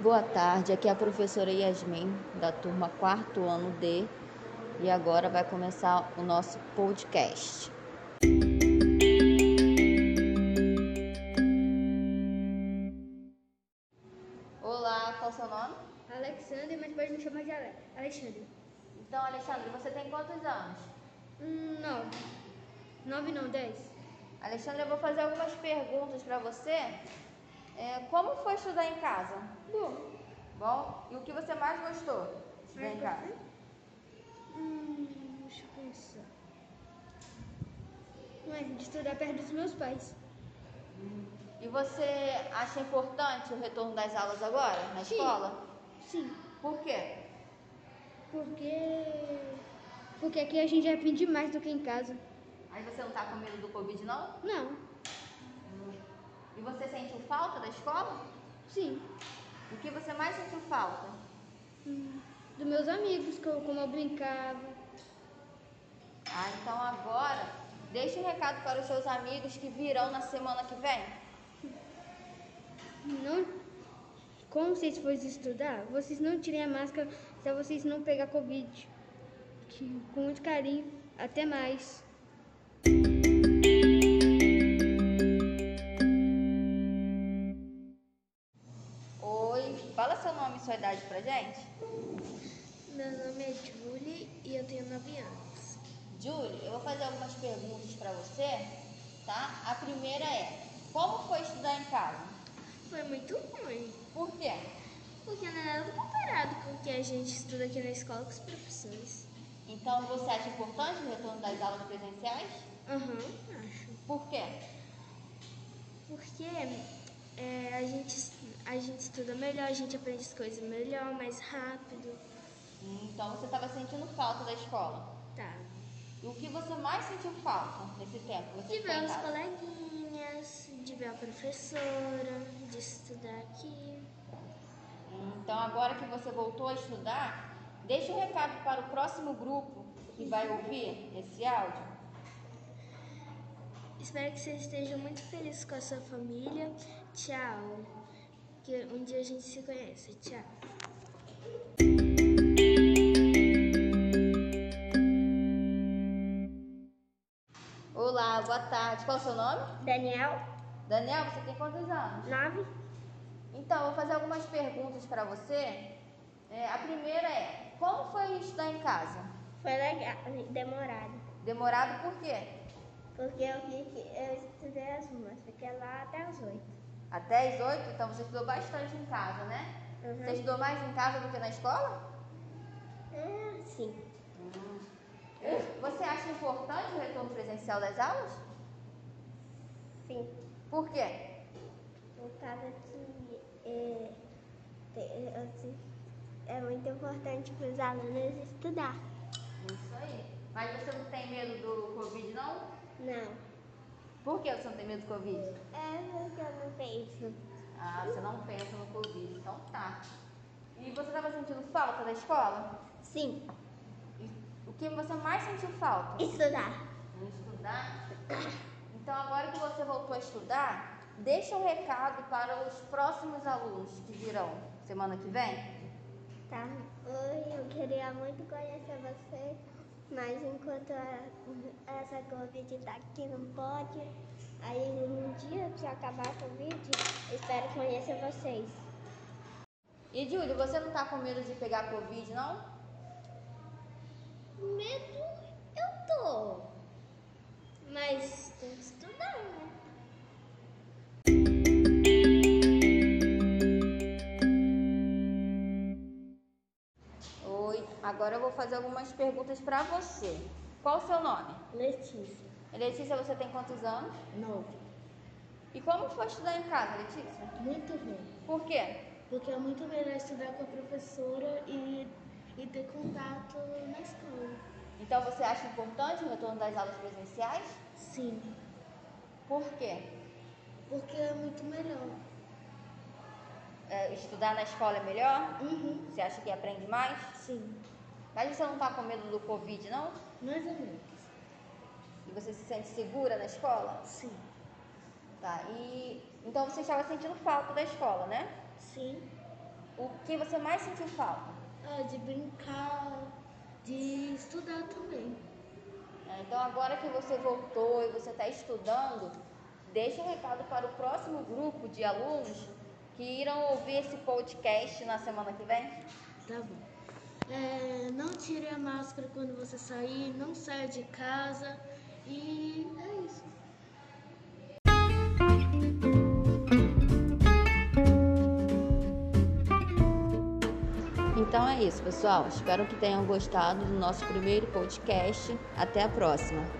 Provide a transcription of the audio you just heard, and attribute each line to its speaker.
Speaker 1: Boa tarde, aqui é a professora Yasmin, da turma quarto ano D, e agora vai começar o nosso podcast. Olá, qual é o seu nome?
Speaker 2: Alexandre, mas pode me chamar de Ale- Alexandre.
Speaker 1: Então, Alexandre, você tem quantos anos?
Speaker 2: Hum, Nove. Nove não, dez.
Speaker 1: Alexandre, eu vou fazer algumas perguntas para você. É, como foi estudar em casa?
Speaker 2: Bom,
Speaker 1: Bom, e o que você mais gostou de estudar em casa?
Speaker 2: hum, deixa eu pensar. Ué, de estudar perto dos meus pais.
Speaker 1: E você acha importante o retorno das aulas agora, na
Speaker 2: Sim.
Speaker 1: escola?
Speaker 2: Sim,
Speaker 1: Por quê?
Speaker 2: porque... Porque aqui a gente aprende mais do que em casa.
Speaker 1: Aí você não tá com medo do Covid, não?
Speaker 2: Não,
Speaker 1: E você sentiu falta da escola?
Speaker 2: sim.
Speaker 1: O que você mais sentiu falta?
Speaker 2: Hum, dos meus amigos, que eu- como eu brincava.
Speaker 1: Ah, então agora, deixe um recado para os seus amigos que virão na semana que vem.
Speaker 2: Não, como vocês forem estudar, vocês não tirem a máscara para vocês não pegar Covid. Que- Com muito carinho. Até mais.
Speaker 1: Oi, fala seu nome e sua idade pra gente.
Speaker 2: Meu nome é Julie e eu tenho 9 anos.
Speaker 1: Júlio, eu vou fazer algumas perguntas para você, tá? A primeira é: como foi estudar em casa?
Speaker 2: Foi muito ruim,
Speaker 1: Por quê?
Speaker 2: porque não era nada comparado com o que a gente estuda aqui na escola com os professores.
Speaker 1: Então você acha importante o retorno das aulas presenciais?
Speaker 2: Aham, acho.
Speaker 1: Por quê?
Speaker 2: Porque é, a, gente, a gente estuda melhor, a gente aprende as coisas melhor, mais rápido.
Speaker 1: Hum, Então você estava sentindo falta da escola.
Speaker 2: Tá.
Speaker 1: E o que você mais sentiu falta nesse tempo? que Você
Speaker 2: De
Speaker 1: ficou
Speaker 2: ver
Speaker 1: em
Speaker 2: os
Speaker 1: casa?
Speaker 2: coleguinhas, de ver a professora, de estudar aqui.
Speaker 1: Então, agora que você voltou a estudar, deixa um recado para o próximo grupo que vai ouvir esse áudio.
Speaker 2: Espero que você esteja muito feliz com a sua família. Tchau. Que um dia a gente se conheça. Tchau.
Speaker 1: Olá, boa tarde. Qual é o seu nome?
Speaker 2: Daniel,
Speaker 1: Daniel, você tem quantos anos?
Speaker 2: 9.
Speaker 1: Então, eu vou fazer algumas perguntas para você. É, a primeira é: como foi estudar em casa?
Speaker 2: Foi legal, né? demorado.
Speaker 1: Demorado por quê?
Speaker 2: Porque eu, vi que eu estudei as ruas, fiquei lá até as 8.
Speaker 1: Até as 8, então você estudou bastante em casa, né?
Speaker 2: Uhum.
Speaker 1: Você estudou mais em casa do que na escola?
Speaker 2: Ah, sim.
Speaker 1: Hum. Você acha importante o retorno presencial das aulas?
Speaker 2: Sim.
Speaker 1: Por quê?
Speaker 2: Por causa que é, te- assim, é muito importante para os alunos estudar.
Speaker 1: Isso aí. Mas você não tem medo do Covid, não?
Speaker 2: Não.
Speaker 1: Por que você não tem medo do Covid?
Speaker 2: É porque eu não penso.
Speaker 1: Ah, você não pensa no Covid, então tá. E você estava sentindo falta da escola?
Speaker 2: Sim,
Speaker 1: E o que você mais sentiu falta?
Speaker 2: estudar.
Speaker 1: Em estudar. Então agora que você voltou a estudar, deixa um recado para os próximos alunos que virão semana que vem.
Speaker 2: Tá. Oi, eu queria muito conhecer vocês, mas enquanto a- essa Covid tá aqui, não pode. Aí um dia que acabar a Covid, espero conhecer vocês.
Speaker 1: E Júlio, você não tá com medo de pegar Covid, não?
Speaker 2: Medo eu tô. Mas tem que estudar, né?
Speaker 1: Oi, agora eu vou fazer algumas perguntas para você. Qual o seu nome?
Speaker 2: Letícia.
Speaker 1: Letícia, você tem quantos anos?
Speaker 3: Nove.
Speaker 1: E como foi estudar em casa, Letícia?
Speaker 3: Muito ruim.
Speaker 1: Por quê?
Speaker 3: Porque é muito melhor estudar com a professora e, e ter contato na escola.
Speaker 1: Então você acha importante o retorno das aulas presenciais?
Speaker 3: Sim.
Speaker 1: Por quê?
Speaker 3: Porque é muito melhor.
Speaker 1: É, estudar na escola é melhor?
Speaker 3: Uhum.
Speaker 1: Você acha que aprende mais?
Speaker 3: Sim.
Speaker 1: Mas você não tá com medo do Covid, não?
Speaker 3: Mais ou menos.
Speaker 1: E você se sente segura na escola?
Speaker 3: Sim.
Speaker 1: Tá, e então você estava sentindo falta da escola, né?
Speaker 3: Sim.
Speaker 1: O que você mais sentiu falta?
Speaker 2: Ah, de brincar, de estudar também.
Speaker 1: É, Então, agora que você voltou e você está estudando, deixa um recado para o próximo grupo de alunos que irão ouvir esse podcast na semana que vem.
Speaker 2: Tá bom. É, não tire a máscara quando você sair, não saia de casa e é isso.
Speaker 1: Então é isso, pessoal. Espero que tenham gostado do nosso primeiro podcast. Até a próxima.